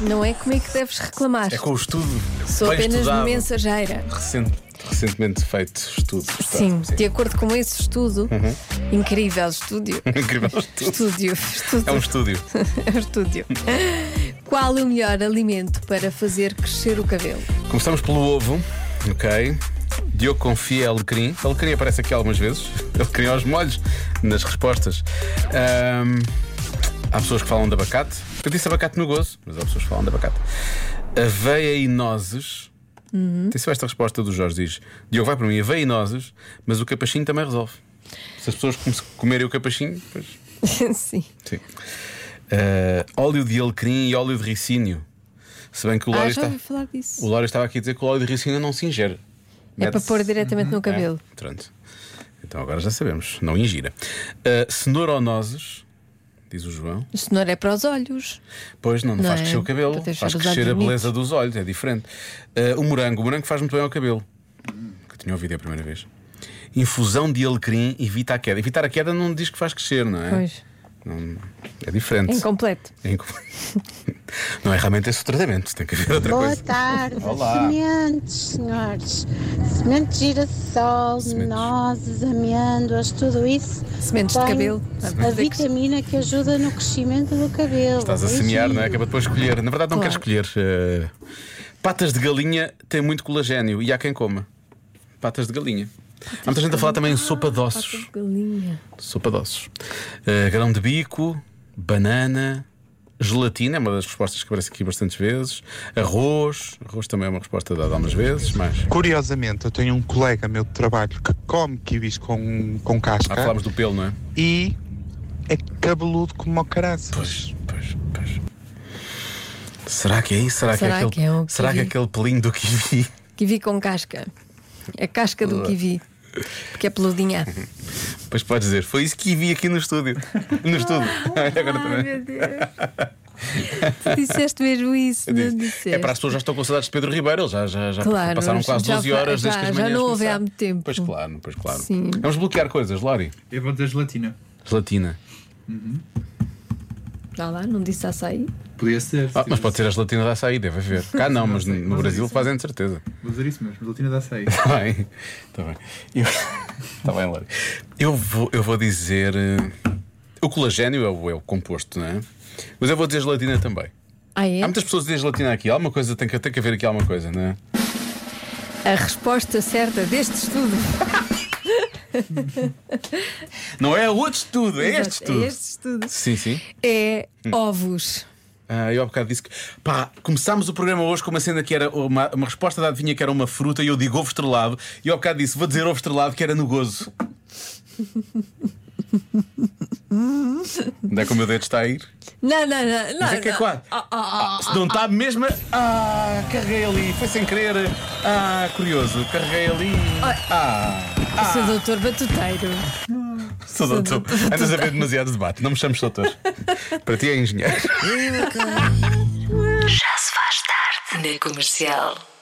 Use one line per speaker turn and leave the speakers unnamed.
Não é comigo que deves reclamar.
É com o estudo.
Sou
bem
apenas
estudado,
mensageira.
recente- recentemente feito estudo. Está,
Sim, de acordo com esse estudo,
Uhum.
incrível estúdio.
Incrível estudo.
Estúdio, estúdio.
É um estúdio.
É um estúdio. Qual o melhor alimento para fazer crescer o cabelo?
Começamos pelo ovo, ok? Diogo confia alecrim. Alecrim aparece aqui algumas vezes. Alecrim aos molhos nas respostas. Ahm, há pessoas que falam de abacate. Eu disse abacate no gozo, mas há pessoas que falam de abacate. Aveia e nozes.
Uhum.
Atenção a esta resposta do Jorge diz: Diogo vai para mim, aveia e nozes, mas o capachinho também resolve. Se as pessoas come- comerem o capachinho, pois.
Sim.
Sim. Ah, óleo de alecrim e óleo de ricínio. Se bem que o
Ah,
Lório
já
está.
ouvi falar disso.
O Lório estava aqui a dizer que o óleo de ricina não se ingere. né?
É para pôr diretamente
Uhum,
no cabelo.
Pronto. Então agora já sabemos, não ingira. Ah, cenoura ou nozes, diz o João.
O cenoura é para os olhos.
Pois não, não,
Não
faz
é?
crescer o cabelo,
Para deixar
faz
os
crescer
olhos
a beleza dos olhos, é diferente. Ah, o morango, o morango faz muito bem ao cabelo. Que eu tinha ouvido a primeira vez. Infusão de alecrim evita a queda. Evitar a queda não diz que faz crescer, não é?
Pois.
Não- é diferente.
É incompleto.
É incom- não é realmente esse o tratamento, tem que haver outra
Boa
coisa.
tarde,
Olá.
sementes, senhores. Sementes de girassol,
Sementes.
nozes, amêndoas, tudo isso.
Sementes de
tem
cabelo.
A vitamina que ajuda no crescimento do cabelo.
Estás a semear, não é? Acaba depois de escolher. Na verdade, não
Claro.
queres escolher. eh, Patas de galinha têm muito colagênio e há quem coma. Patas de galinha. há muita gente a falar também em sopa de ossos.
Galinha.
Sopa de ossos. Eh, grão de bico, banana, gelatina, é uma das respostas que aparece aqui bastantes vezes. Arroz, arroz também é uma resposta dada algumas vezes, mas.
Curiosamente, eu tenho um colega meu de trabalho que come kiwis com, com
Ah,
casca
falámos do pelo, não é?
e é cabeludo como o caraças.
Pois, pois. Será que é isso? Será,
Será
que é aquele,
que é o
será que é
kiwi?
aquele pelinho do kiwi?
Kiwi com casca. A casca do kiwi. Porque é peludinha.
Pois podes dizer, foi isso que vi aqui no estúdio. No estúdio.
Ah,
Olha, agora também.
meu Deus. tu disseste mesmo isso,
Eu
não
disse.
disseste?
É para as pessoas já estão com saudades de Pedro Ribeiro, eles já, já, já
Claro,
passaram quase
já
12
fa-
horas desde
já-
que as
já
manhãs
não houve
começaram.
há muito tempo.
Pois claro, pois claro.
Sim.
Vamos bloquear coisas, Lori.
Eu vou dizer gelatina.
Gelatina.
Vá lá, não disse açaí?
Podia ser.
Ah, mas pode ser a gelatina da açaí, deve haver. Cá não, mas no- no Brasil fazem de certeza.
Vou dizer isso mesmo, gelatina de açaí.
Está Tá bem. Está bem. Eu... Está bem, Lori. Eu vou, eu vou dizer. eh, O colagênio é o, é o composto, não é? Mas eu vou dizer gelatina também.
Ah, é?
Há muitas pessoas a dizer gelatina aqui. Há uma coisa, tem que, tem que haver aqui alguma coisa, não é?
A resposta certa deste estudo.
Não é outro estudo, é
Exato,
este estudo. Hum.
É este estudo.
Sim, sim.
É ovos.
Ah, eu há bocado disse que. Pá, começámos o programa hoje com uma cena que era uma, uma resposta da adivinha que era uma fruta e eu digo ovo estrelado. E eu há bocado disse, vou dizer ovo estrelado que era no gozo. Onde é que o meu dedo está a ir?
Não, não, não.
Mas
não,
é que é
não.
quase. Ah, se não está mesmo. a- Ah, carreguei ali, foi sem querer. Ah, curioso, carreguei ali. Ah,
Eu sou doutor batuteiro.
sou doutor. Andas a ver demasiado debate, não me chames doutor. Para ti é engenheiro.
Já se faz tarde na comercial.